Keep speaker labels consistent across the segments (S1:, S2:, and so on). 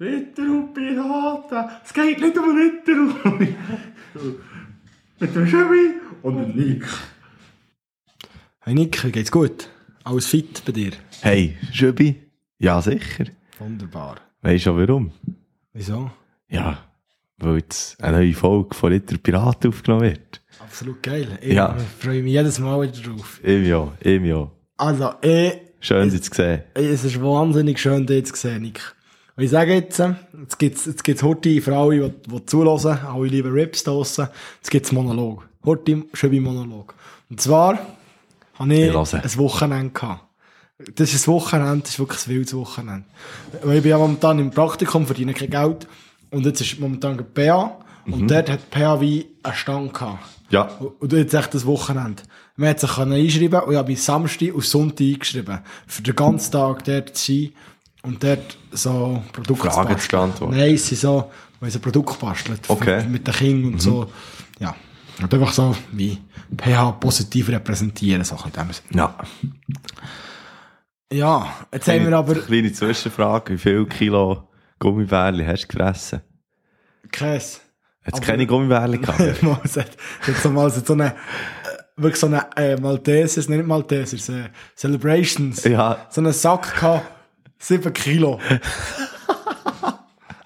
S1: Ritter und Piraten, es geht nicht um Ritter und... Mit dem Chevy und einem Nick.
S2: Hey Nick, geht's gut? Alles fit bei dir?
S3: Hey, Schöbi? Ja, sicher.
S2: Wunderbar.
S3: Weißt du auch warum?
S2: Wieso?
S3: Ja, weil jetzt eine neue Folge von Ritter Pirat aufgenommen wird.
S2: Absolut geil. Ich
S3: Ja.
S2: freue mich jedes Mal wieder drauf.
S3: Im Jahr, im Jahr.
S2: Also, ich,
S3: Schön, dich zu sehen.
S2: es ist wahnsinnig schön, dich zu sehen, Nick. Und ich sage jetzt, äh, jetzt gibt's, jetzt gibt's heute für alle, die, die zulassen, alle lieben Rips draussen, jetzt gibt's Monolog. Heute schöne Monolog. Und zwar habe ich
S3: Ich höre.
S2: ein Wochenende gehabt. Das ist ein Wochenende, das ist wirklich ein wildes Wochenende. Weil ich bin ja momentan im Praktikum, verdiene kein Geld. Und jetzt ist momentan gerade PA. Und dort hat PA wie einen Stand gehabt.
S3: Mhm. Ja.
S2: Und jetzt echt das Wochenende. Man hat sich können einschreiben und ich habe mich Samstag auf Sonntag eingeschrieben. Für den ganzen Tag dort zu sein und dort so Produkte
S3: Fragen zu
S2: basteln.
S3: beantworten.
S2: Nein, sie so, weil sie Produkt bastelt.
S3: Okay. Mhm.
S2: Mit den Kindern und so. Ja. Und einfach so wie pH positiv repräsentieren, so in dem Sinne.
S3: Ja.
S2: Ja, jetzt haben wir aber
S3: Kleine Zwischenfrage, wie viel Kilo Gummibärli hast du gefressen?
S2: Käse.
S3: Hat es
S2: Aber-
S3: keine Gummibärli gehabt?
S2: mal so, jetzt so mal so so eine, äh, wirklich so eine äh, Maltesers, nein, nicht Maltesers, äh, Celebrations.
S3: ja.
S2: so einen Sack gehabt, 7 Kilo.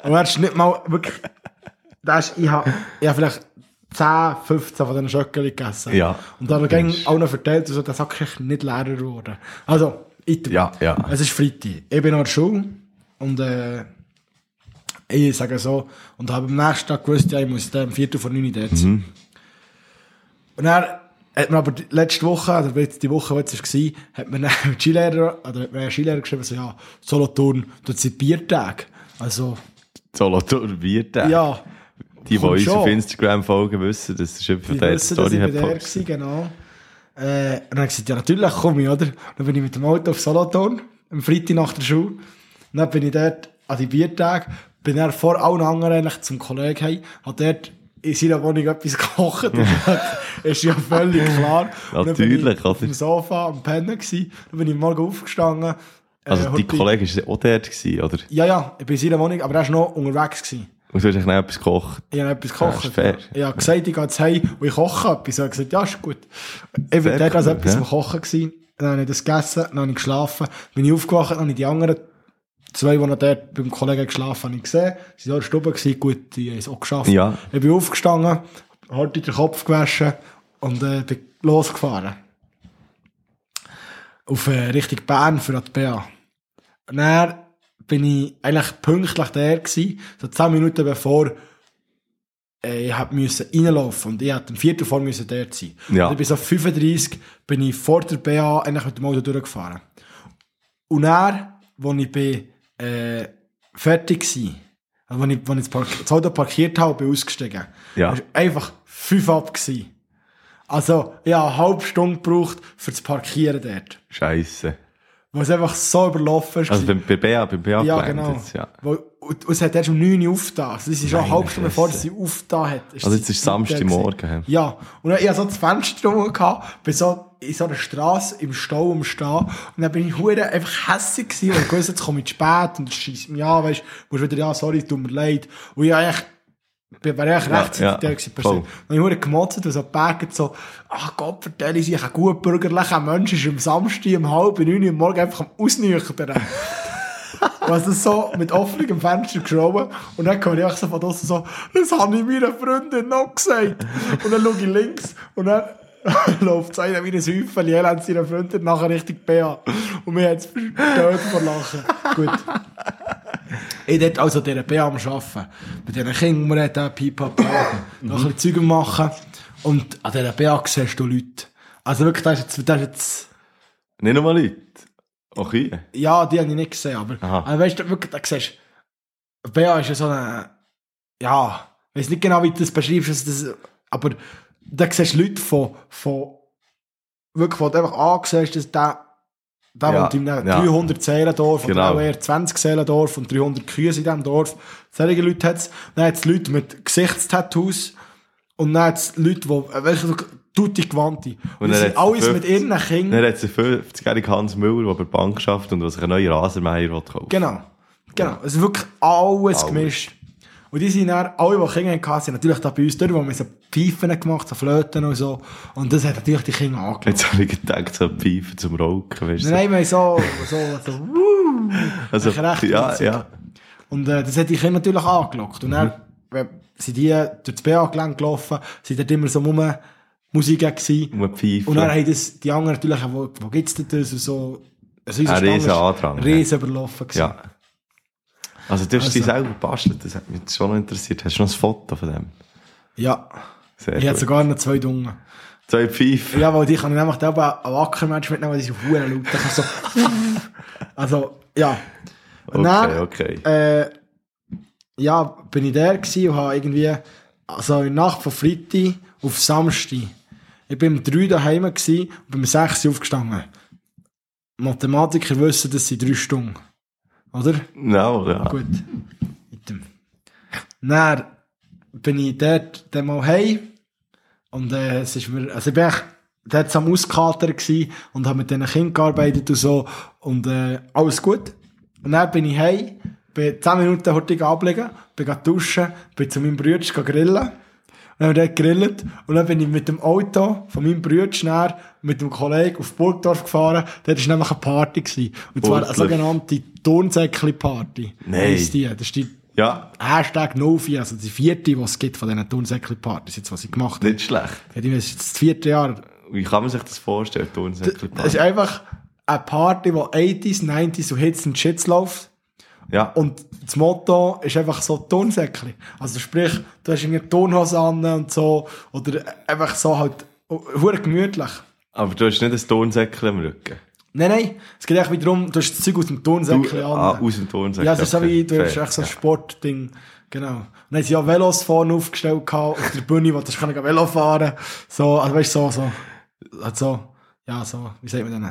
S2: Und er ist nicht mal wirklich. Das ist, ich habe ich hab vielleicht 10, 15 von diesen Schöckchen gegessen.
S3: Ja.
S2: Und dann habe ich auch noch verteilt, also der Sack ist nicht leer geworden. Also, ich
S3: Ja, ja.
S2: Es ist Freitag. Ich bin an der Schule und äh, ich sage so, und habe am nächsten Tag gewusst, ja, ich muss dann am Viertel vor 9 Uhr dort sein. Und dann hat man aber die- letzte Woche, oder jetzt die Woche, die jetzt war, hat man dann dem Skilehrer, oder hat mir ein Skilehrer geschrieben, so, ja, Solothurn, dort sind Biertage. Also,
S3: Solothurn Biertag.
S2: ja.
S3: Die, die
S2: kommt
S3: uns
S2: schon.
S3: auf Instagram folgen, wissen, dass der Schiff von
S2: Die
S3: der
S2: wissen, dass
S3: Story
S2: ich bei
S3: hat
S2: der war,
S3: gepostet.
S2: genau. Äh, und dann habe ich gesagt, ja, natürlich komme ich, oder? Dann bin ich mit dem Auto auf Solothurn, am Freitag nach der Schule. Und dann bin ich dort an die Biertage, bin dann vor allen anderen eigentlich zum Kollegen heim, hat dort in seiner Wohnung etwas gekocht. Und das ist ja völlig klar. Und dann bin ich
S3: Natürlich,
S2: Auf
S3: oder?
S2: dem Sofa am Pennen gewesen. Dann bin ich morgen aufgestanden. äh,
S3: Also, die
S2: heute-
S3: Kollege war auch dort, gewesen, oder?
S2: Ja, ja, ich bin in seiner Wohnung, aber er war noch unterwegs. Gewesen.
S3: Und du hast eigentlich noch etwas gekocht.
S2: Ich habe etwas
S3: Ja,
S2: gekocht.
S3: ist fair.
S2: ich habe gesagt, ich gehe jetzt heim und ich koche etwas. Er hat gesagt, ja, ist gut. Ich war
S3: Sehr
S2: dort also
S3: cool,
S2: etwas
S3: ja.
S2: am Kochen. Gewesen. Dann habe ich das gegessen, dann habe ich geschlafen. Bin ich aufgewacht, dann habe ich die anderen zwei, die noch dort beim Kollegen geschlafen haben, gesehen. Sie waren dort oben, gewesen. gut, die haben es auch geschafft.
S3: Ja.
S2: Ich bin aufgestanden, hart in den Kopf gewaschen und äh, bin losgefahren. Auf äh, Richtung Bern für die BA. Und dann bin ich eigentlich pünktlich der gewesen, so 10 Minuten bevor äh, ich hab müssen reinlaufen und ich hätte um Viertel vor müssen dort sein.
S3: Ja.
S2: Und ich bin so 35, bin ich vor der BA eigentlich mit dem Auto durchgefahren. Und dann, als ich bin, äh, fertig war, also als ich, als ich das, Park das Auto parkiert habe, bin ich ausgestiegen.
S3: Ja.
S2: Es war einfach 5 ab. Gewesen. Also, ich habe eine halbe Stunde gebraucht, für das Parkieren dort.
S3: Scheiße.
S2: Weil es einfach so überlaufen ist.
S3: Also,
S2: gewesen.
S3: beim bei BA, beim BA
S2: ja,
S3: gelandet
S2: genau.
S3: jetzt, ja.
S2: Weil, und, und es hat erst um 9 Uhr aufgetan. Also, es ist schon eine
S3: Meine
S2: halbe Stunde bevor
S3: Fresse.
S2: sie aufgetan hat.
S3: Also,
S2: sie
S3: jetzt ist
S2: dort
S3: Samstagmorgen,
S2: gewesen.
S3: hä?
S2: Ja. Und dann, ich hatte so das Fenster rum, gehabt, bin so in so einer Straße im Stau umstehen. Und dann bin ich hure einfach hässig gewesen, weil ich wusste, jetzt komme ich zu spät und es scheisst mich an, weißt, musst wieder, ja, sorry, tut mir leid. Und ich habe eigentlich bin war eigentlich
S3: Ja,
S2: rechtzeitig
S3: ja,
S2: da gewesen,
S3: voll.
S2: persönlich. Und ich habe gemotzt und so gemerkt, so, ach Gott, vertell ich, ein gut bürgerlicher Mensch ist am Samstag um halb neun Uhr am Morgen einfach am Ausnüchtern. Was das so mit offenem Fenster geschrauben und dann höre ich auch so von draußen so, das habe ich meiner Freundin noch gesagt. Und dann schaue ich links und dann läuft einer wie ein Häufchen elend seiner Freundin nachher Richtung BA. Und mir hat es verstört vor Lachen. Gut. Ich dort also dieser BA am Arbeiten. Mit diesen Kindern, die man hat, Pipapo, noch ein bisschen Zeug machen. Und an dieser BA siehst du Leute. Also wirklich, das ist jetzt, das ist jetzt
S3: Nicht nochmal Leute. Auch hier.
S2: ja, die habe ich nicht gesehen, aber,
S3: Aha.
S2: aber weißt du, wirklich, da siehst du, BA ist ja so eine, ja, ich weiß nicht genau, wie du das beschreibst, also das, aber da siehst du Leute von, von wirklich, wo du einfach angesehen dass der, der
S3: Ja,
S2: wohnt in einem
S3: ja.
S2: 300 Seelendorf
S3: Genau.
S2: oder auch eher 20 Seelendorf und 300 Kühe in diesem Dorf. Solche Leute hat es. Dann hat es Leute mit Gesichtstattoos und dann hat es Leute, die, weißt du, tutti quanti. Und,
S3: Und
S2: die
S3: dann
S2: sind
S3: hat's
S2: alles mit
S3: 50.
S2: ihren Kindern.
S3: Dann hat es einen 50-jährigen Hans Müller, der bei der Bank arbeitet und der sich einen neuen Rasenmäher kaufen will.
S2: Genau. Genau, es ist wirklich alles
S3: Alles.
S2: gemischt. Und die sind dann, alle, die Kinder hatten, sind natürlich da bei uns durch, wo wir so Pfeifen gemacht so Flöten und so. Und das hat natürlich die Kinder angeschaut.
S3: Jetzt habe ich gedacht, so ein Pfeifen zum Rauchen, weißt du?
S2: Nein, wir haben so, so, so, wuh,
S3: also,
S2: ich recht
S3: ja,
S2: witzig.
S3: ja.
S2: Und äh, das hat die Kinder natürlich angelockt. Und dann
S3: Mhm.
S2: äh, sind die durch das BA-Gelände gelaufen, sind dort immer so rum Musik gewesen.
S3: Um Pfeifen.
S2: Und dann haben das, die anderen natürlich, auch, wo, wo gibt's denn das und so. Also unser
S3: Ein
S2: Stand ist
S3: riesen Andrang, ja.
S2: Riesen überlaufen gewesen.
S3: ja. Also, du hast
S2: Also-
S3: dich selber gebastelt, das hat mich schon noch interessiert. Hast du noch ein Foto von dem?
S2: ja.
S3: Sehr
S2: Ich hatte
S3: gut.
S2: sogar noch zwei Dungen.
S3: Zwei Pfeifen.
S2: Ja, weil die kann ich nämlich da auch einen Ackermensch mitnehmen, weil die sind verdammt laut. Da kann ich so also, ja. Und
S3: Okay,
S2: dann,
S3: okay.
S2: äh, ja, bin ich da gewesen und habe irgendwie, also in der Nacht von Freitag auf Samstag, ich bin um 3 daheim gewesen und bin um 6 Uhr aufgestanden. Mathematiker wissen, das sind 3 Stunden. Oder?
S3: No, ja.
S2: Gut. Mit dem. Dann bin ich dort dann mal heim und äh, es ist mir, also ich bin echt dort so am Auskatern gewesen und habe mit diesen Kindern gearbeitet und so und äh, alles gut. Und dann bin ich heim, bin 10 Minuten hurtig ablegen, bin grad duschen, bin zu meinem Bruder gehen grillen. Und dann haben wir dort gegrillt und dann bin ich mit dem Auto von meinem Bruder schnell mit dem Kollegen auf Burgdorf gefahren. Dort war nämlich eine Party. Gewesen. Und zwar also genau eine
S3: Burgdorf.
S2: sogenannte Turnsäckli-Party.
S3: Nein.
S2: Heisst die. Das ist die
S3: Ja,
S2: Hashtag 04, also die vierte, die es gibt von diesen Turnsäckli-Partys, jetzt, was ich gemacht habe.
S3: nicht schlecht.
S2: Ja, die ist jetzt das vierte Jahr.
S3: Wie kann man sich das vorstellen, Turnsäckelparty?
S2: Das ist einfach eine Party, wo 80s, 90s und Hits und Shits läuft.
S3: Ja,
S2: Und das Motto ist einfach so Turnsäckli. Also sprich, du hast irgendwie Turnhose an und so, oder einfach so halt, hure gemütlich.
S3: aber du hast nicht ein Turnsäckel im Rücken.
S2: Nein, nein, es geht echt darum, du hast das Zeug aus dem Turnsäckli
S3: Du-
S2: an.
S3: ah, aus dem Turnsäckli,
S2: Ja, es ist so
S3: okay,
S2: wie, du hast
S3: fair,
S2: echt so ein
S3: ja.
S2: Sportding, genau. Und dann haben sie ja Velos vorne aufgestellt gehabt, auf der Bühne, wo du kannst gehen Velo fahren So, also weißt du, so, so, halt so, ja, so, wie sagt man denn?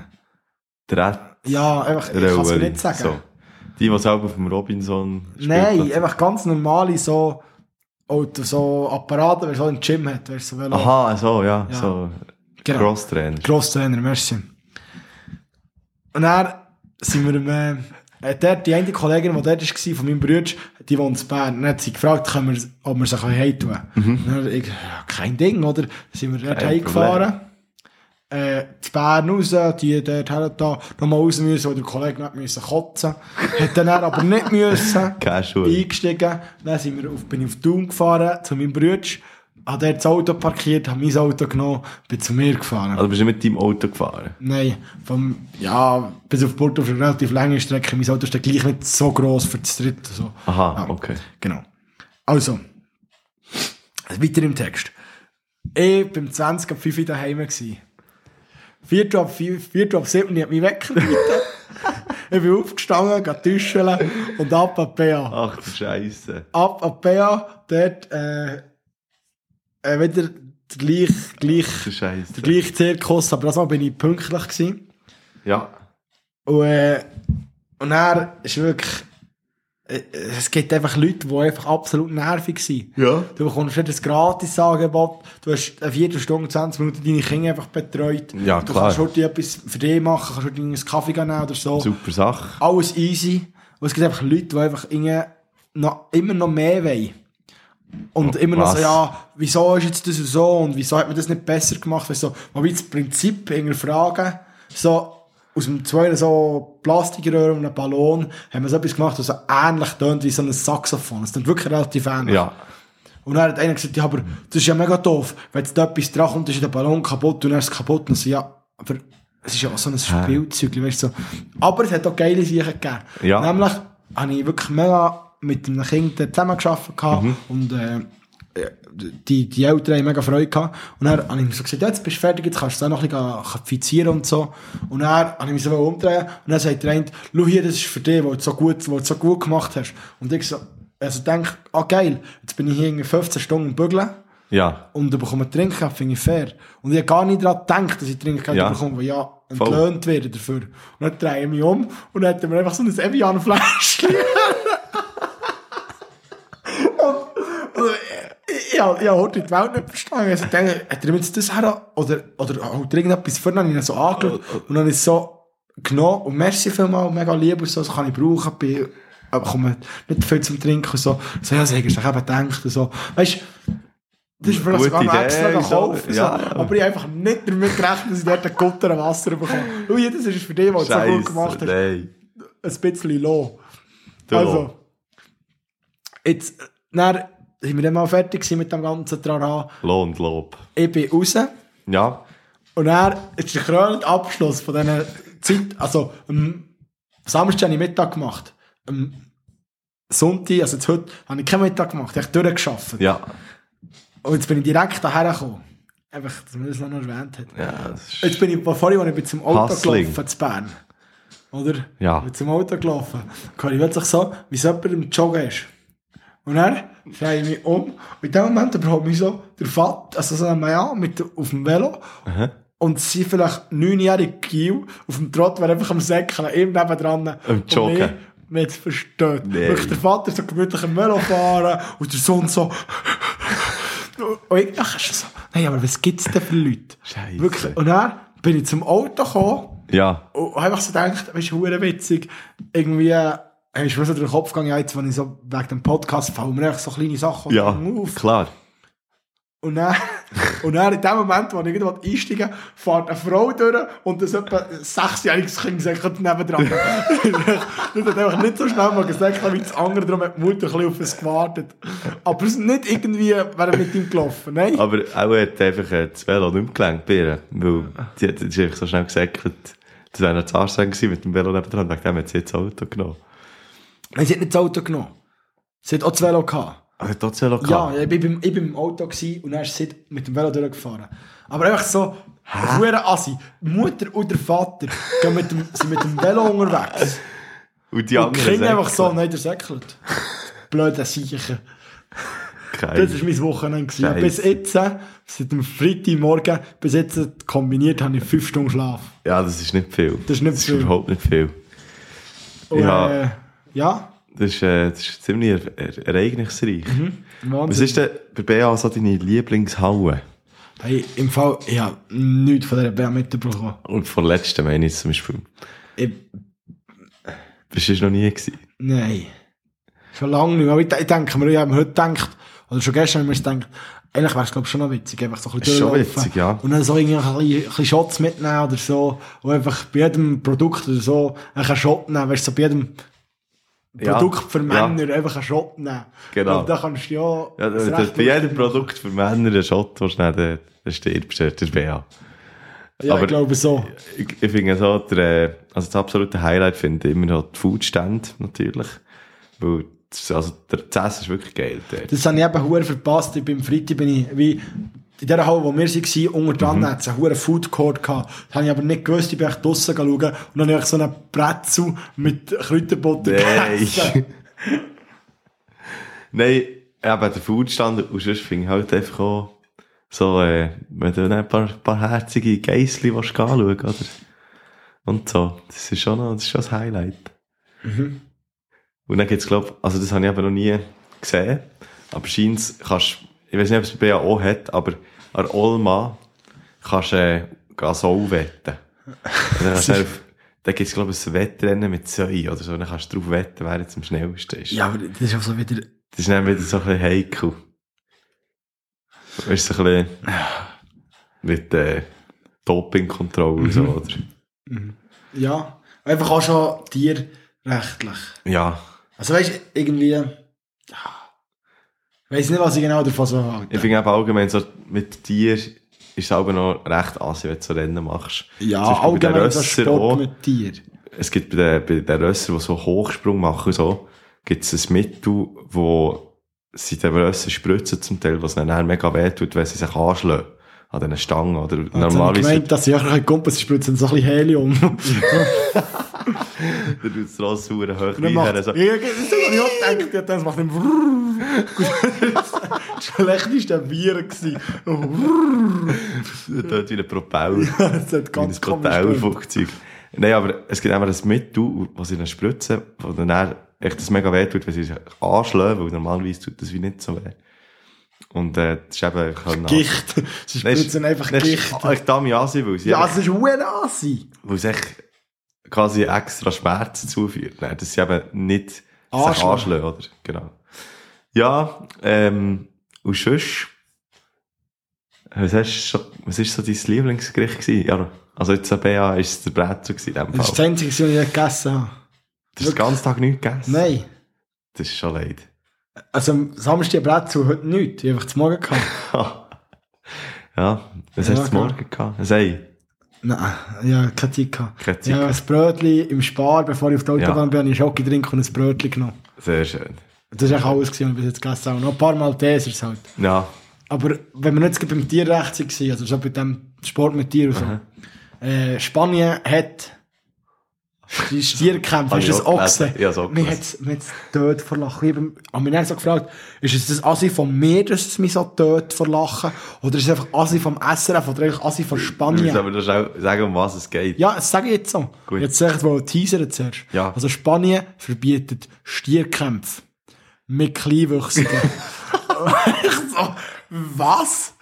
S3: Dreht.
S2: Ja, einfach, ich kann es nicht sagen.
S3: So. Die, die selber auf dem Robinson
S2: Nein,
S3: Spielplatz-
S2: einfach ganz normale so, Auto, so Apparate, weil so ein Gym hat, weißt du, so Velo.
S3: Aha, so, ja.
S2: Ja.
S3: So.
S2: Genau.
S3: Crosstrainer.
S2: Grosstrainer, merci. Und dann sind wir, im, äh, äh, dort, die eine Kollegin, die dort war, von meinem Bruder, die wohnt in Bern. Und dann hat sie gefragt, können wir, ob wir sie heim tun können. Und dann, ich, ja, kein Ding, oder? Dann sind wir dort
S3: Kein
S2: heimgefahren. Äh, zu Bern raus, die dort her, da, nochmal raus müssen, weil der Kollege nicht müssen kotzen. Hat dann er aber nicht müssen.
S3: Keine Schuhe.
S2: eingestiegen. Dann sind wir auf, bin ich auf Thun gefahren zu meinem Bruder. Habe dort das Auto parkiert, habe mein Auto genommen, bin zu mir gefahren.
S3: Also bist du nicht mit deinem Auto gefahren?
S2: Nein, vom, ja, bis auf Porto eine relativ lange Strecke. Mein Auto ist dann gleich nicht so gross für das dritte. So.
S3: Aha,
S2: Ja,
S3: okay.
S2: Genau. Also, weiter im Text. Ich bin um 20 ab 5 Uhr daheim. gewesen. Viertel ab 5, Viertel ab 7 Uhr hat mich weggerufen. ich bin aufgestanden, gehe tuscheln und ab an die PA
S3: Ach du Scheiße.
S2: ab an Bea, dort äh, äh, wieder der gleiche gleich,
S3: Du Scheiße.
S2: der gleiche Zirkus, aber das Mal bin ich pünktlich gewesen.
S3: Ja.
S2: Und, äh, und er ist wirklich, äh, es gibt einfach Leute, die einfach absolut nervig sind.
S3: Ja.
S2: Du bekommst nicht ein Gratis-Angebot, du hast eine Viertelstunde, 20 Minuten deine Kinder einfach betreut.
S3: Ja,
S2: du
S3: klar.
S2: kannst heute etwas für dich machen, kannst heute einen Kaffee gehen nehmen oder so.
S3: Super Sache.
S2: alles easy. Und es gibt einfach Leute, die einfach irgendwie noch, immer noch mehr wollen. Und immer noch
S3: Oh, was?
S2: so, ja, wieso ist jetzt das so und wieso hat man das nicht besser gemacht? Weißt du, so, mal wie das Prinzip irgendwie fragen, so aus dem zweiten so Plastikröhren und einem Ballon haben wir so etwas gemacht, was so ähnlich tönt wie so ein Saxophon. Es tönt wirklich relativ ähnlich.
S3: Ja.
S2: Und dann hat einer gesagt, ja, aber das ist ja mega doof. Wenn jetzt da etwas dran kommt, ist der Ballon kaputt und er ist kaputt. Und so, ja, aber es ist ja auch so ein Spielzeug, weißt du. So. Aber es hat auch geile Sachen gegeben.
S3: Ja.
S2: Nämlich habe ich wirklich mega mit einem Kind dort zusammengearbeitet gehabt und äh, die, die Eltern haben mega Freude gehabt. Und dann habe ich mir so gesagt, ja, jetzt bist du fertig, jetzt kannst du es auch noch ein bisschen fixieren und so. Und dann habe ich mich so umdrehen und dann sagt der eine, schau hier, das ist für dich, weil du es so gut, weil du es so gut gemacht hast. Und ich so, also denke, ah geil, jetzt bin ich hier irgendwie 15 Stunden im Bügeln
S3: Ja.
S2: und bekomme Trinken, finde ich fair. Und ich habe gar nicht daran gedacht, dass ich Trinkgeld
S3: Ja.
S2: bekomme, weil ja
S3: Voll.
S2: entlöhnt werde dafür. Und dann drehe ich mich um und dann hat er mir einfach so ein Evian-Fläschchen. Und- und Also, ich- Ich habe ich habe heute die Welt nicht verstanden. Also, dann, hat er mir jetzt das her oder, oder oh, hat er irgendetwas vorne, habe ich ihn so
S3: Oh,
S2: angeschaut und dann ist so genommen und merci vielmal, mega lieb und so, das kann ich brauchen, bin aber komm, nicht viel zum Trinken und so. So, ja, sie haben sich eben gedacht, und so. Weißt du, das ist vielleicht
S3: Gute
S2: sogar noch
S3: Idee
S2: extra
S3: und so.
S2: gekauft. und So.
S3: Ja, ja.
S2: Aber ich habe einfach nicht damit gerechnet, dass ich dort einen Gutter Wasser bekomme. Ui, das ist für dich, was du so gut gemacht hast,
S3: nein.
S2: ein bisschen low.
S3: Du.
S2: Also, jetzt, äh, dann sind wir dann mal fertig gewesen mit dem ganzen Trara.
S3: Lohn und Lob.
S2: Ich bin raus
S3: Ja,
S2: und dann ist der krönende Abschluss von dieser Zeit, also am Samstag habe ich Mittag gemacht, am Sonntag, also jetzt heute, habe ich keinen Mittag gemacht, ich habe durchgeschafft.
S3: ja.
S2: Und jetzt bin ich direkt daher gekommen. Einfach, dass man das noch erwähnt hat.
S3: Ja, das ist
S2: Jetzt bin ich, vorhin, als ich bin zum Auto
S3: Hustling.
S2: gelaufen, zu Bern. Oder?
S3: Ja.
S2: Ich bin zum Auto gelaufen. Und ich plötzlich so, wie es jemand im Joggen ist. Und dann drehe ich mich um. Und in dem Moment überhaupt mich so der Vater, also so ein Mann mit, auf dem Velo. Und sie vielleicht neunjährige Kiel auf dem Trott, wäre einfach am Säckeln, eben nebendran.
S3: Am Joggen.
S2: Und mich mit verstört.
S3: Nee.
S2: Wirklich der Vater so gemütlich im Velo fahren und der Sohn so... Und ich dachte schon so, nein, aber was gibt's denn für Leute?
S3: Scheisse.
S2: Wirklich. Und dann bin ich zum Auto gekommen
S3: ja.
S2: und habe einfach so gedacht, weißt du, hure witzig, irgendwie äh, ist mir so durch den Kopf gegangen, ja, jetzt, wenn ich so wegen dem Podcast fallen mir echt so kleine Sachen
S3: Ja,
S2: auf.
S3: klar.
S2: Und dann, und dann in dem Moment, wo ich irgendwo einsteigen will, fährt eine Frau durch und das etwa ein sechsjähriges Kind säckelt nebendran. das hat einfach nicht so schnell mal gesagt, wie das andere, darum hat die Mutter ein bisschen auf uns gewartet. Aber es ist nicht irgendwie, wäre mit ihm gelaufen, nein.
S3: Aber auch er hat einfach äh, das Velo nicht mehr gelenkt, Birne. Weil die hat die ist einfach so schnell gesäckelt. Das wäre noch zu anstrengend gewesen mit dem Velo nebenan. Wegen dem hat sie jetzt das Auto genommen.
S2: Nein, sie hat nicht das Auto genommen. Sie hat auch das Velo gehabt.
S3: Aber das Velo
S2: Ja,
S3: gehabt?
S2: ich bin, beim- ich bin im Auto gewesen und dann ist sie mit dem Velo durchgefahren. Aber einfach so, hure Assi. Mutter oder Vater gehen mit dem, sind mit dem Velo unterwegs.
S3: Und die
S2: Und die
S3: anderen
S2: Kinder einfach
S3: säckeln.
S2: so, nein, der säckelt. Blöde Siechen.
S3: Keine.
S2: Das war mein Wochenende. gewesen.
S3: Scheiße.
S2: Bis jetzt, äh, seit dem Freitagmorgen, bis jetzt äh, kombiniert, habe ich fünf Stunden Schlaf.
S3: Ja, das ist nicht viel.
S2: ist nicht viel.
S3: überhaupt nicht viel.
S2: Und,
S3: Ja.
S2: Äh, ja,
S3: Das ist, äh, das ist ziemlich er er ereignisreich.
S2: Mhm.
S3: Was
S2: Wahnsinn.
S3: ist denn bei BA so deine Lieblingshalle?
S2: Hey, im Fall, ich habe nichts von dieser Bär mitbekommen.
S3: Und vor letztem meine ich zum Beispiel.
S2: Ich
S3: Bist du noch nie gewesen?
S2: Nein. Schon lange nicht mehr. Aber Ich, ich denke mir, ich habe mir heute gedacht, oder schon gestern haben wir es gedacht, eigentlich wäre es glaube ich schon noch witzig, einfach so ein bisschen
S3: Ist schon
S2: durchlaufen.
S3: witzig, ja.
S2: Und dann so irgendwie ein bisschen, ein bisschen Shots mitnehmen oder so. Und einfach bei jedem Produkt oder so einen Shot nehmen. Weißt du, so bei jedem
S3: Ja,
S2: Produkt für
S3: ja.
S2: Männer einfach einen Shot nehmen.
S3: Genau.
S2: Und dann kannst du ja...
S3: Ja,
S2: das
S3: das
S2: Recht
S3: bei jedem
S2: machen.
S3: Produkt für Männer einen Shot, äh, der schnell der, der stirbst, der der BA.
S2: Ja,
S3: aber-
S2: ich glaube so.
S3: Ich, ich finde so, der, äh, also das absolute Highlight finde ich immer noch die Foodstände, natürlich. Weil, das, also der Prozess ist wirklich geil. Der.
S2: Das habe ich eben hure verpasst. Ich bin am Freitag bin ich wie in der Halle, wo wir waren, unter dran mhm. hat es einen hure Food Court gehabt. Das habe ich aber nicht gewusst. Ich bin echt draussen schauen und dann habe ich so einen Bretzel mit Kräuterbutter
S3: Nein.
S2: gegessen.
S3: Nein, eben der Foodstand und sonst finde ich halt einfach auch so, äh, wenn du dann ein paar, paar herzige Geissli willst gehen anschauen, oder? Und so. Das ist schon, noch, das, ist schon das Highlight. Und dann gibt's glaub also das habe ich aber noch nie gesehen, aber scheint kannst, ich weiß nicht, ob es bei BAO hat, aber an der Olma kannst du äh, gehen Sau wetten. Und dann kannst du auf- da gibt's glaub ich, ein Wettrennen mit Säu oder so, und dann kannst du drauf wetten, wer jetzt am schnellsten ist.
S2: Ja, aber das ist auch so wieder...
S3: Das ist dann wieder so ein bisschen heikel. Weißt du, so ein bisschen mit äh, Dopingkontrolle und so, oder?
S2: Ja, einfach auch schon tierrechtlich.
S3: Ja,
S2: Also weißt du, irgendwie... ja, Ich weiß nicht, was ich genau davon so
S3: ich
S2: halte.
S3: finde eben allgemein so, mit dir ist es aber noch recht assi, wenn du so Rennen machst.
S2: Ja,
S3: Zum Beispiel bei den
S2: allgemein so
S3: Rössern
S2: Sport
S3: auch.
S2: mit Tier.
S3: es gibt bei den, bei den Rössern, die so Hochsprung machen, und so, gibt es ein Mittel, wo sie den Rössern spritzen zum Teil, was ihnen dann mega weh tut, wenn sie sich anschlagen an diesen Stangen, oder?
S2: Jetzt habe Also ich
S3: Normalerweise
S2: gemeint, dass ich auch ein Kumpel spritzen, so ein bisschen Helium.
S3: tut das Ross sauer hoch
S2: Und dann macht,
S3: so,
S2: ja, ja, das ist ja auch gedacht, ja, das macht dann Brrrr. Das war das schlechteste Bier. gewesen.
S3: das tut wie ein Propeller.
S2: Das hat ganz
S3: Ganz wie ein
S2: komisch gehört.
S3: Hotelflugzeug. Nein, aber es gibt einfach ein Mittel, was sie dann spritzen, wo dann eher echt das mega weh tut, wenn sie sich anschlagen, weil normalerweise tut das wie nicht so weh. Und äh, das ist eben einfach...
S2: Gicht. Sie
S3: Nein, es-
S2: spritzen einfach
S3: nein, es
S2: Gicht.
S3: ist Echt da Asi, weil sie
S2: Ja,
S3: einfach-
S2: es ist huere assi.
S3: weil es echt quasi extra Schmerzen zuführt. Nein, dass sie eben nicht Sich
S2: Anschlag.
S3: anschlagen, oder? Genau. Ja, ähm, und sonst, was, hast du schon, was ist so dein Lieblingsgericht gewesen? Ja, also jetzt bei BA ist es der Bretzel gewesen, in dem
S2: Das ist
S3: Fall.
S2: das Einzige, was ich nicht gegessen habe.
S3: Du hast den ganzen Tag nichts gegessen?
S2: Nein.
S3: Das ist schon leid.
S2: Also am Samstag Brett zu heute nichts. Ich habe einfach zu Morgen gehabt.
S3: ja, was
S2: Ja,
S3: hast du zum
S2: klar.
S3: morgen gehabt? Also, Ein Ei?
S2: Nein, ja, keine Zeit gehabt.
S3: Keine Zeit
S2: ja, ein Brötchen im Spar, bevor ich auf die Autobahn
S3: Ja.
S2: bin, habe ich Schoki getrunken und ein Brötchen genommen.
S3: Sehr schön.
S2: Das ist eigentlich alles, gewesen, was ich bis jetzt gegessen habe. Und Noch ein paar Maltesers halt.
S3: Ja,
S2: Aber wenn wir jetzt beim Tierrecht waren, also so bei dem Sport mit Tieren und so. Äh, Spanien hat die Tierkämpfe,
S3: Hab
S2: hast
S3: ich
S2: du das auch
S3: auch Ah, gelesen.
S2: gesehen?
S3: Ich hab's auch
S2: Mir
S3: gelesen.
S2: hat's, mir hat's tot verlachen. Ich habe mich dann so gefragt, ist es das Assi von mir, dass es mich so tot verlachen? Oder ist es einfach Assi vom SRF oder eigentlich Assi von
S3: du musst
S2: Spanien?
S3: aber doch auch sagen, um was es geht.
S2: Ja, das sage ich jetzt so.
S3: Gut.
S2: Jetzt sage ich, wo teasern zuerst.
S3: Ja.
S2: Also Spanien verbietet Stierkämpfe mit Kleinwüchsigen. ich so, was?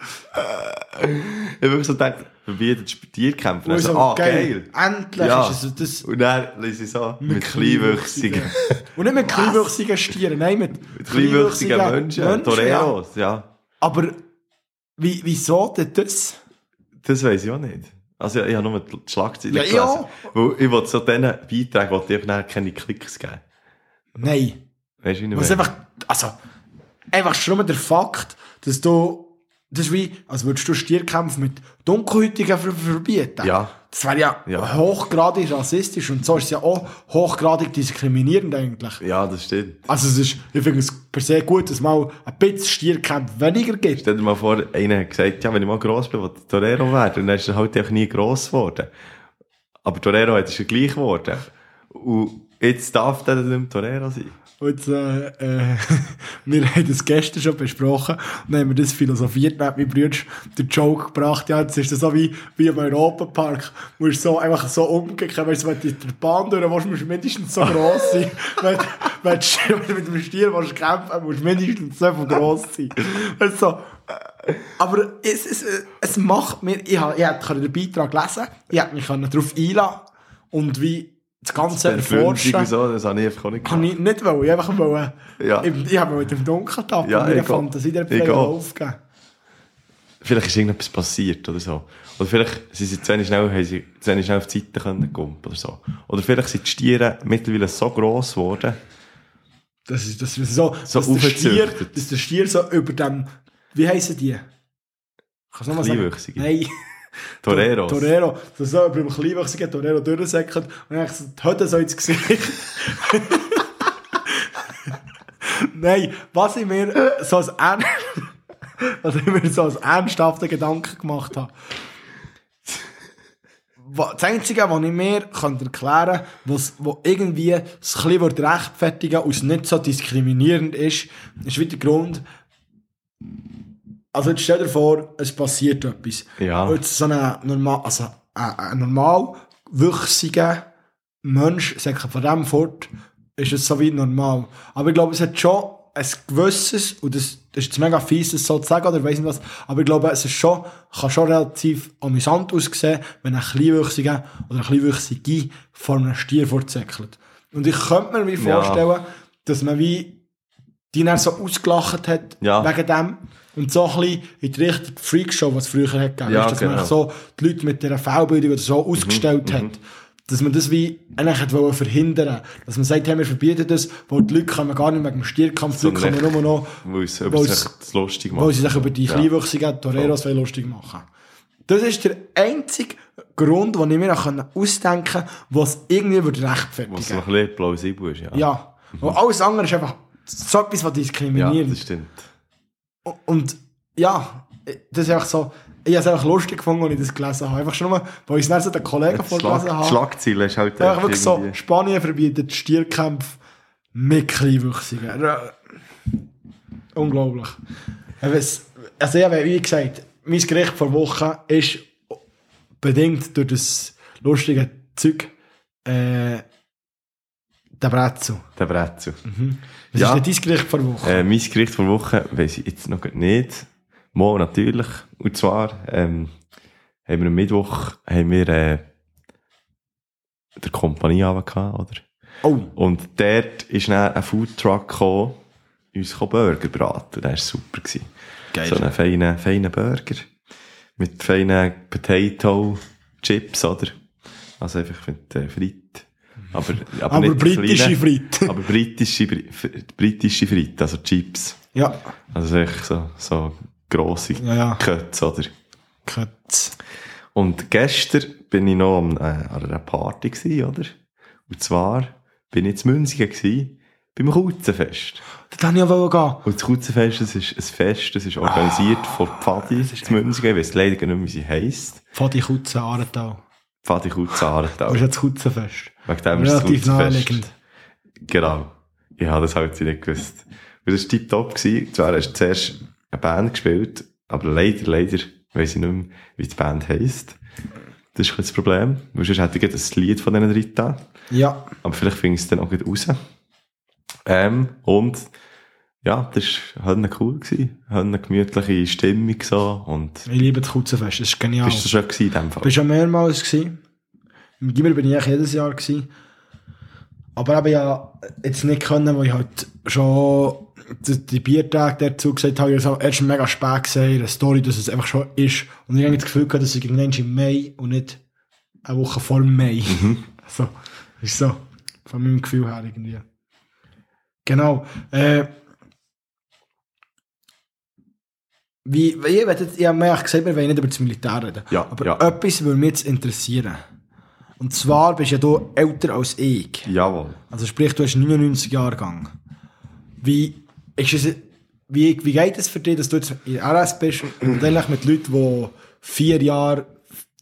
S3: Ich habe wirklich so gedacht, verbietet Sp- Tierkämpfe. Also,
S2: Also,
S3: ah,
S2: geil.
S3: geil.
S2: Endlich
S3: Ja.
S2: ist es das.
S3: Und dann lese ich so, mit Kleinwüchsigen.
S2: Und nicht mit kleinwüchsigen Stieren, nein, mit,
S3: Mit kleinwüchsigen Menschen.
S2: ja.
S3: Toreros, ja.
S2: Aber wie, wieso denn das?
S3: Das weiß ich auch nicht. Also, ja, ich habe nur die Schlagzeile
S2: Ja,
S3: gelesen.
S2: ja.
S3: Weil ich wollte so diesen Beitrag, wollte ich nachher keine Klicks geben.
S2: Nein.
S3: Weißt du, wie ich
S2: Was
S3: meine?
S2: einfach, also, einfach schon mal der Fakt, dass du, das ist wie, als würdest du Stierkämpfe mit Dunkelhäutigen ver verbieten.
S3: Ja.
S2: Das wäre ja,
S3: Ja.
S2: hochgradig rassistisch und so ist es ja auch hochgradig diskriminierend eigentlich.
S3: Ja, das stimmt.
S2: Also es ist, ich finde es per se gut, dass mal ein bisschen Stierkämpfe weniger gibt.
S3: Stell dir mal vor, einer hat gesagt, ja, wenn ich mal gross bin, will ich Torero werden. Und dann ist er halt einfach nie gross geworden. Aber Torero hat er schon gleich geworden. Und jetzt darf der dann nicht mehr Torero sein.
S2: Und äh, äh, wir haben das gestern schon besprochen und dann haben wir das philosophiert, dann hat mein Bruder den Joke gebracht, ja, jetzt ist das so wie, wie im Europapark, wo ist so einfach so umgekehrt, weißt du, wenn du der Bahn durch willst, musst du mindestens so gross sein, wenn, wenn, du- wenn du mit dem Stier willst kämpfen musst du mindestens so viel gross sein. Weißt du, so, äh, aber es, es, es macht mir, ich, hab- ich konnte den Beitrag lesen, ich hätte mich darauf einladen und wie das Ganze
S3: Der Flüssig
S2: erforschen.
S3: und so, das habe ich einfach auch nicht
S2: Kann
S3: gemacht.
S2: ich nicht wollen. Ich einfach wollen.
S3: Ja.
S2: Ich, ich habe mit dem Dunkeln tappen
S3: Ja,
S2: und meine
S3: ich auch.
S2: Fantasie der
S3: Ich
S2: Pflege
S3: auch.
S2: aufgeben.
S3: Vielleicht ist irgendetwas passiert oder so. Oder vielleicht sind sie zu wenig schnell, haben sie zu wenig schnell auf die Seite können gumpen oder so. Oder vielleicht sind die Stiere mittlerweile so gross geworden,
S2: Das ist, das ist so,
S3: So
S2: dass, der Stier,
S3: aufgezüchtet.
S2: dass der Stier so über dem, wie heissen die? Kannst du noch mal sagen?
S3: Kleinwüchsige.
S2: Nein.
S3: Toreros.
S2: Torero. So, so über dem kleinwüchsigen Torero durchsäckelt und dann so die Hölle so ins Gesicht. Nein, was ich mir so als, ern- was ich mir so als ernsthaften Gedanken gemacht habe. Wa- Das Einzige, was ich mir könnte erklären was wo irgendwie das bisschen wird rechtfertigen und es nicht so diskriminierend ist, ist wieder der Grund, also jetzt stell dir vor, es passiert etwas.
S3: Ja.
S2: Und jetzt so ein normal, also ein, ein normal wüchsiger Mensch sagt von dem fort, ist es so wie normal. Aber ich glaube, es hat schon ein gewisses, und das, das ist jetzt mega fies, das so zu sagen, oder weiss nicht was, aber ich glaube, es ist schon, kann schon relativ amüsant aussehen, wenn ein Kleinwüchsiger oder eine Kleinwüchsige vor einem Stier vorzäckelt. Und ich könnte mir wie
S3: Ja.
S2: vorstellen, dass man wie die dann so ausgelacht hat
S3: Ja.
S2: wegen dem. Und so ein bisschen in die Richtung Freakshow, was es früher hat gegeben
S3: Ja,
S2: ist, dass man
S3: genau. Mhm,
S2: so die Leute mit dieser V-Bildung oder so ausgestellt hat. Dass man das wie eigentlich hat wollen verhindern Dass man sagt, hey, wir verbieten das, weil die Leute kommen gar nicht wegen dem Stierkampf, die Leute
S3: Sondern
S2: kommen nur noch,
S3: weil es
S2: Weil
S3: über
S2: es-
S3: sich das lustig macht.
S2: weil sie sich über die
S3: Ja.
S2: kleinwüchsigen Toreros wollen lustig machen Das ist der einzige Grund, den ich mir noch ausdenken konnte, was irgendwie würde rechtfertigen
S3: Was noch ein bisschen plausibel ist, ja.
S2: Ja. Und alles andere ist einfach so etwas, was
S3: Ja,
S2: diskriminierend
S3: das stimmt.
S2: Und ja, das ist einfach so, ich habe es einfach lustig gefunden, als ich das gelesen habe. Einfach schon mal, weil ich es dann so den Kollegen
S3: Die
S2: vorgelesen
S3: Schlag,
S2: habe.
S3: Schlagzeile ist halt
S2: Einfach wirklich so,
S3: irgendwie-
S2: Spanien verbietet Stierkämpfe mit Kleinwüchsigen. Ja. Unglaublich. Aber es- Also ich habe, wie gesagt, mein Gericht vor Wochen ist bedingt durch das lustige Zeug äh, der Bretzel.
S3: Der Bretzel.
S2: Was
S3: Ja.
S2: ist denn dein Gericht vor Wochen?
S3: Äh, mein Gericht vor Woche weiss ich jetzt noch nicht. Morgen natürlich. Und zwar ähm, haben wir am Mittwoch haben wir, äh, der Kompanie gehabt, oder?
S2: Oh.
S3: Und dort ist dann ein Foodtruck gekommen, uns gekommen Burger braten. Der war super. Gewesen.
S2: Geil.
S3: So einen feinen, feinen Burger. Mit feinen Potato Chips, oder? Also einfach mit äh, Frit. Aber, aber,
S2: Aber
S3: nicht die
S2: britische
S3: kleinen,
S2: Frit.
S3: Aber britische, Bri- Fr- britische Frit, also Chips.
S2: Ja.
S3: Also echt so, so grosse
S2: Ja, ja.
S3: Kötze, oder?
S2: Kötz.
S3: Und gestern bin ich noch am, äh, an einer Party gsi, oder? Und zwar bin ich in Münzigen gsi, beim Kutzenfest.
S2: Das wollte ich auch gehen.
S3: Und das Kutzenfest, das ist ein Fest, das ist organisiert von Pfadi in Münzigen. Ich weiss leider gar nicht mehr, wie sie heisst.
S2: Von die Kutze, Arental.
S3: Pfadi
S2: Das ist
S3: Kutzenartal.
S2: ja das Kutzenfest.
S3: Wegen dem ist das
S2: Relativ
S3: Kutzenfest.
S2: naheliegend.
S3: Genau. Ich habe das halt nicht gewusst. Und das war tiptop. gewesen. Zwar hast du zuerst eine Band gespielt, aber leider, leider weiss ich nicht mehr, wie die Band heisst. Das ist ein bisschen das Problem. Weil sonst hätte ich gerade das Lied von diesen drei da.
S2: Ja.
S3: Aber vielleicht finde ich es dann auch gut raus. Ähm, und ja, das war halt cool. Gewesen. Hat eine gemütliche Stimmung so. Und
S2: Ich liebe das Kutzenfest. Das ist genial.
S3: bist du schon gewesen in dem
S2: Ich war
S3: Fall?
S2: schon mehrmals. Gewesen. Im Gimmer bin ich eigentlich jedes Jahr. Gewesen. Aber eben ja jetzt nicht können, weil ich halt schon die, die Biertage dazu gesagt habe, ich habe es auch erst mega spät gesehen, in der Story, dass es einfach schon ist. Und ich habe das Gefühl gehabt, dass ich irgendwann im Mai und nicht eine Woche vor Mai.
S3: Mhm.
S2: so, ist so. Von meinem Gefühl her irgendwie. Genau. Äh, wie, wie, ich, will jetzt, ich habe mir eigentlich gesagt, wir wollen nicht über das Militär reden.
S3: Ja,
S2: Aber
S3: ja.
S2: etwas würde mich jetzt interessieren. Und zwar bist ja du älter als ich.
S3: Jawohl.
S2: Also sprich, du hast 99 Jahre Gang. Wie, ist es, wie, wie geht es für dich, dass du jetzt in der RS bist und eigentlich mit Leuten, die vier Jahre,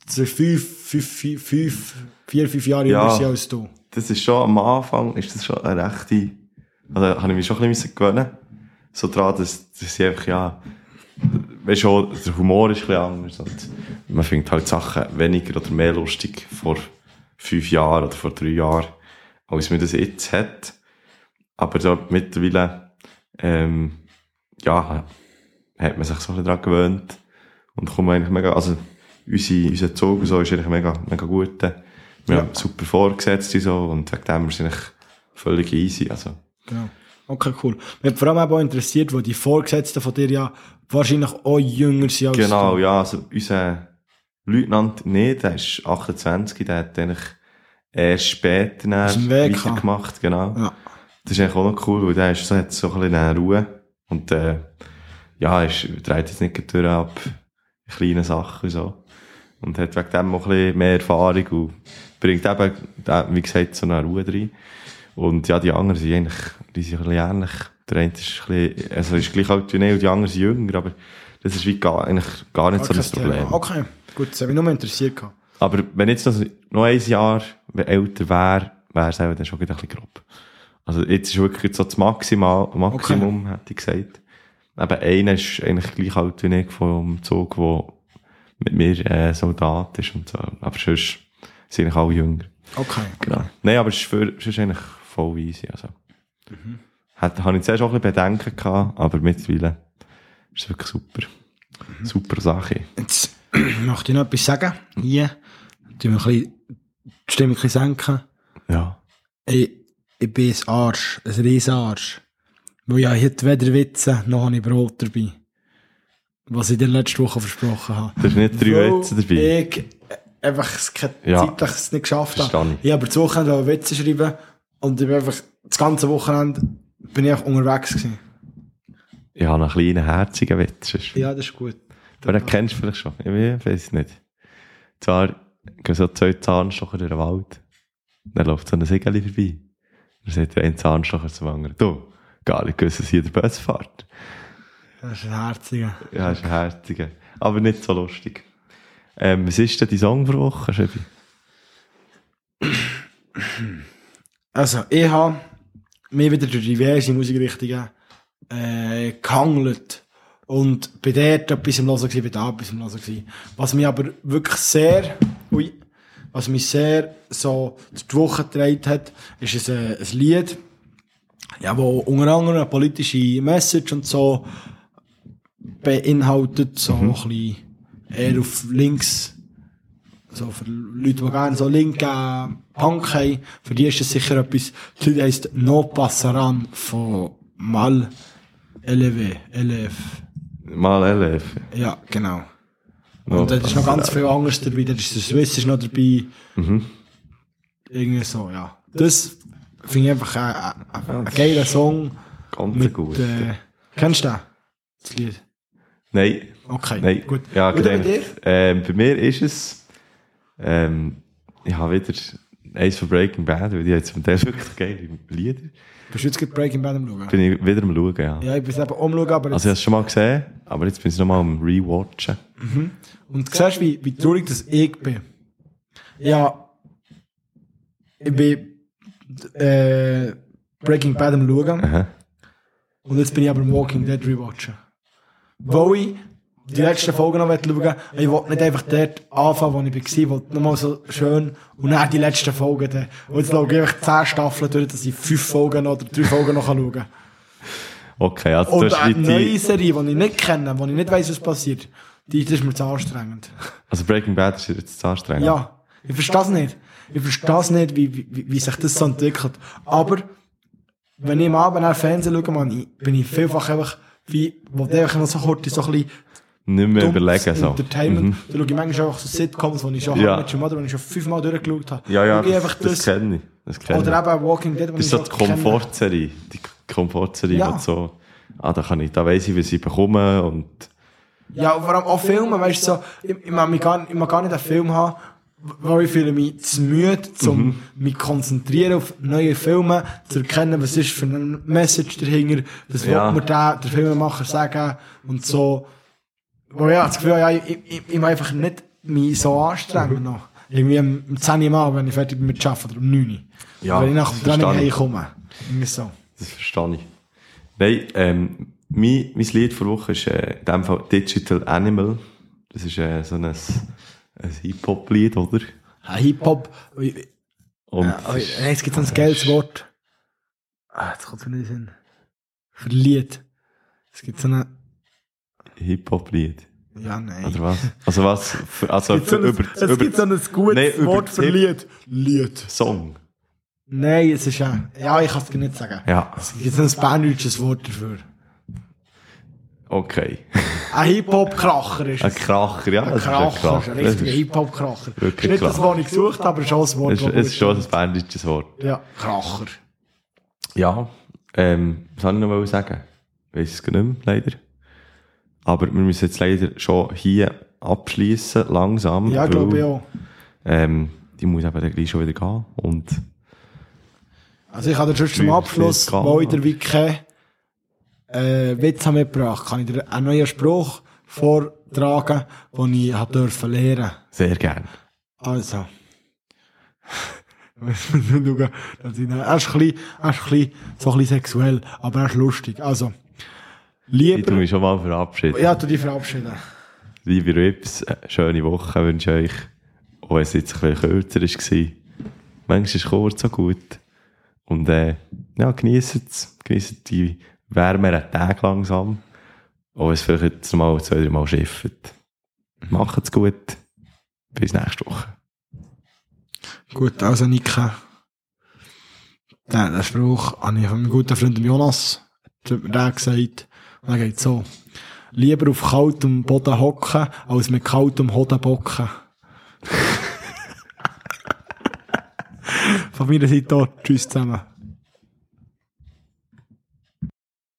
S2: so fünf, fünf, fünf, fünf, vier, fünf Jahre
S3: Ja.
S2: jünger sind als du?
S3: das ist schon am Anfang ist das schon eine rechte, also habe ich mich schon ein bisschen gewöhnen so daran, dass, dass ich einfach, ja, weißt schon, der Humor ist ein bisschen anders und man findet halt Sachen weniger oder mehr lustig vor fünf Jahren oder vor drei Jahren, als man das jetzt hat. Aber so mittlerweile, ähm, ja, hat man sich so ein bisschen daran gewöhnt und kommt eigentlich mega, also unsere, unser Zug und so ist eigentlich mega, mega gut. Wir
S2: Ja.
S3: haben super vorgesetzt und so und wegen dem ist es eigentlich völlig easy, also.
S2: Genau. Okay, cool. Mich hat vor allem eben auch interessiert, wo die Vorgesetzten von dir ja wahrscheinlich auch jünger sind als
S3: Genau,
S2: du.
S3: ja, also unser Leutnant, nee, der ist 28, der hat eigentlich erst später
S2: Aus
S3: dann
S2: dem Weg
S3: weitergemacht, genau.
S2: Ja.
S3: Das ist eigentlich auch noch cool, weil der ist, so, hat so ein bisschen eine Ruhe und äh, ja, ist, dreht jetzt nicht gerade durch ab, kleine Sachen und so. Und hat wegen dem auch ein bisschen mehr Erfahrung und bringt eben, da- wie gesagt, so eine Ruhe rein. Und ja, die anderen sind eigentlich, die sind ein bisschen ähnlich. Der eine ist ein bisschen, also ist gleich alt wie ich und die anderen sind jünger, aber das ist wie gar, eigentlich gar nicht
S2: Gar
S3: so
S2: kein
S3: das Problem.
S2: Thema. Okay, gut, das hat mich nur interessiert. gehabt.
S3: Aber wenn jetzt noch, noch ein Jahr älter wäre, wäre es auch dann schon wieder ein bisschen grob. Also jetzt ist wirklich so das Maximal, Maximum, hätte ich gesagt. Eben einer ist eigentlich gleich alt wie ich vom Zug, der mit mir äh, Soldat ist und so. Aber sonst sind eigentlich alle jünger.
S2: Okay.
S3: Genau. Nein, aber es ist, für, es ist eigentlich voll easy. Also. Hat, habe ich zuerst auch ein bisschen Bedenken gehabt, aber mittlerweile ist es wirklich super. Super Sache.
S2: Jetzt möchte ich noch etwas sagen. Hier. Tun wir ein bisschen die Stimme ein bisschen senken.
S3: Ja.
S2: Ich, ich bin ein Arsch, ein Riesenarsch. Weil ja, heute weder Witze, noch habe ich Brot dabei. Was ich dir letzte Woche versprochen habe.
S3: Da ist nicht drei
S2: Weil
S3: Witze dabei.
S2: Ich äh, einfach es ke-
S3: Ja.
S2: zeitlich es nicht geschafft
S3: Verstehe
S2: habe.
S3: ich.
S2: Ich habe über das Wochenende auch Witze schreiben und ich bin einfach das ganze Wochenende bin ich einfach unterwegs gewesen.
S3: Ich habe einen kleinen, herzigen Witz. Ja,
S2: Ja, das ist gut.
S3: aber den kennst du vielleicht schon. Ich weiß nicht. Zwar gehen so zwei Zahnstocher durch den Wald. Dann läuft so ein Segel vorbei. Dann sagt der eine Zahnstocher zum anderen, du, gar nicht gewusst, dass hier der Bus fährt.
S2: Das ist ein herziger.
S3: Ja, ist ein herziger. Aber nicht so lustig. Ähm, was ist denn dein Song für Woche, Schöbi?
S2: Also, ich habe mich wieder durch diverse Musikrichtungen äh, gehangelt. Und bei der etwas im Hören gewesen, bei da etwas im Hören gewesen. Was mich aber wirklich sehr, ui, was mich sehr so durch die Woche getragen hat, ist es, äh, ein Lied, ja, wo unter anderem eine politische Message und so beinhaltet, so ein bisschen eher auf links So für Leute, die gerne so linken Punk haben, für die ist das sicher etwas. Das Lied heisst No Passaran von Mal E LEV. LF.
S3: Mal LF.
S2: Ja, genau.
S3: No
S2: Und dann ist noch ganz viel anderes dabei. Dann ist der Swiss ist noch dabei.
S3: Mhm.
S2: Irgendwie so, ja. Das finde ich einfach ein, ein, ein, ein geiler Song.
S3: Ganz
S2: Mit,
S3: gut.
S2: äh, kennst du den? Das Lied?
S3: Nein.
S2: Okay,
S3: Nein.
S2: gut.
S3: Ja,
S2: Oder bei
S3: genau.
S2: dir?
S3: Ähm, bei mir ist es. Ähm, ich habe wieder eins von Breaking Bad, weil die haben zum Teil wirklich geile Lieder.
S2: Bist du jetzt gerade Breaking Bad am Schauen?
S3: Bin ich wieder am Schauen, ja.
S2: Ja, ich bin eben umschauen, aber jetzt,
S3: Also, ich habe es schon mal gesehen, aber jetzt bin ich nochmal am Rewatchen.
S2: Und du siehst, wie, wie traurig das ich bin. Ja, ich bin äh, Breaking Bad am Schauen
S3: Aha.
S2: und jetzt bin ich aber am Walking Dead rewatchen. Weil ich die letzten Folgen noch schauen will, ich will nicht einfach dort anfangen, wo ich war, ich will nochmal so schön und dann die letzten Folgen. Dann. Und jetzt schaue ich einfach 10 Staffeln durch, dass ich 5 Folgen oder 3 Folgen noch schauen kann.
S3: Okay, also, das
S2: Und
S3: ist
S2: eine
S3: wie
S2: neue
S3: die,
S2: Serie, die ich nicht kenne, wo ich nicht weiss, was passiert, die das ist mir zu anstrengend.
S3: also Breaking Bad ist jetzt zu anstrengend.
S2: Ja, ich verstehe es nicht. Ich verstehe es nicht, wie, wie, wie sich das so entwickelt. Aber wenn ich am Abend nach Fernsehen schaue, man, ich- bin ich vielfach einfach wie, wo der einfach noch so kurz so ein bisschen
S3: Nicht mehr
S2: dumpfes
S3: überlegen, so.
S2: Entertainment. Da schaue ich manchmal einfach so Sitcoms, die ich schon
S3: Mhm. Ja.
S2: ja. schon mal, die ich schon fünfmal durchgeschaut habe.
S3: Ja, ja,
S2: Schaue ich
S3: das,
S2: einfach
S3: das,
S2: das.
S3: kenne ich. Das kenne ich.
S2: Oder eben Walking Dead, wo
S3: Das
S2: ich
S3: ist so
S2: schon
S3: die
S2: kenne.
S3: Komfortserie. Dus Die Komfortserie,
S2: Ja.
S3: die so, ah, da kann ich, da weiss ich, was ich bekomme und,
S2: Ja, und vor allem auch Filme, weißt du, so, ich, ich, mag mich gar, ich mag gar nicht einen Film haben, weil ich fühle mich zu müde, um
S3: Mhm.
S2: mich konzentrieren auf neue Filme, zu erkennen, was ist für eine Message dahinter, was
S3: Ja.
S2: will mir der, der Filmemacher sagen und so. Weil ja, das Gefühl, ja, ich, ich, ich, ich mag einfach nicht mich so
S3: Mhm.
S2: anstrengen noch. Irgendwie am am 10 Uhr mal, wenn ich fertig bin mit Arbeiten, oder um 9 Uhr.
S3: Ja,
S2: wenn ich nach dem
S3: das
S2: Training
S3: verstehe ich.
S2: heimkomme. Irgendwie so.
S3: das verstehe ich. Nein, ähm, mein, mein Lied vor Woche ist äh, in dem Fall Digital Animal. Das ist äh, so ein, ein Hip-Hop-Lied, oder?
S2: Ein Hip-Hop, äh, äh,
S3: Und
S2: äh, es gibt so ein geiles Wort. Ah, jetzt kommt es mir nicht hin. Für Lied. Es gibt so eine.
S3: Hip-Hop-Lied.
S2: Ja, nein.
S3: Oder was? Also was? Für, also
S2: es gibt so
S3: für,
S2: ein,
S3: über,
S2: es
S3: über
S2: gibt so ein gutes
S3: Nein, über
S2: Wort
S3: das
S2: für
S3: Hip-
S2: Lied. Lied.
S3: Song.
S2: Nein, es ist ja. Ja, ich kann es dir nicht sagen.
S3: Ja,
S2: Es gibt so ein spanischsches Wort dafür.
S3: okay.
S2: Ein Hip-Hop-Kracher ist
S3: Ein
S2: es.
S3: Kracher, ja.
S2: Ein
S3: das ist ein
S2: Kracher, ist
S3: Kracher.
S2: ein
S3: Das
S2: richtiger
S3: ist,
S2: Hip-Hop-Kracher.
S3: Wirklich
S2: Ist Nicht das,
S3: Kracher.
S2: was ich gesucht habe, aber schon das Wort.
S3: es ist,
S2: das
S3: es ist
S2: gut
S3: schon ein bandisches Wort.
S2: ist. Ja, Kracher.
S3: Ja, ähm, was soll ich noch sagen? Ich weiß es gar nicht mehr, leider. Aber wir müssen jetzt leider schon hier abschließen, langsam.
S2: Ja,
S3: weil,
S2: glaube ich auch.
S3: Ähm, die muss eben dann gleich schon wieder gehen. Und
S2: Also ich habe dir schon zum
S3: Müller
S2: Abschluss,
S3: sieht gar
S2: wo ich dir
S3: nicht.
S2: wie keinen äh, Witz habe mitgebracht kann ich dir einen neuen Spruch vortragen, den ich habe dürfen lernen
S3: sehr gern.
S2: Also. Muss man schauen, dass ich- Er ist, ein bisschen, er ist ein bisschen, so ein bisschen sexuell, aber er ist lustig. Also,
S3: Ich tu
S2: lieber...
S3: mich schon mal verabschieden.
S2: Ja, du dich verabschieden.
S3: Liebe Rips, äh, schöne Woche wünsche ich euch. Auch wenn es jetzt ein bisschen kürzer war. Manchmal ist kurz so gut. Und äh, ja, geniessen es. Geniessen die wärmeren Tage langsam. Auch wenn es vielleicht jetzt mal zwei, drei Mal schifft. Macht's gut. Bis nächste Woche.
S2: Gut, also Nika. Den, den Spruch habe ich von meinem guten Freund Jonas der hat mir den gesagt. Und er geht so. Lieber auf kaltem Boden hocken, als mit kaltem Hoden bocken. von meiner Seite auch. Tschüss zusammen.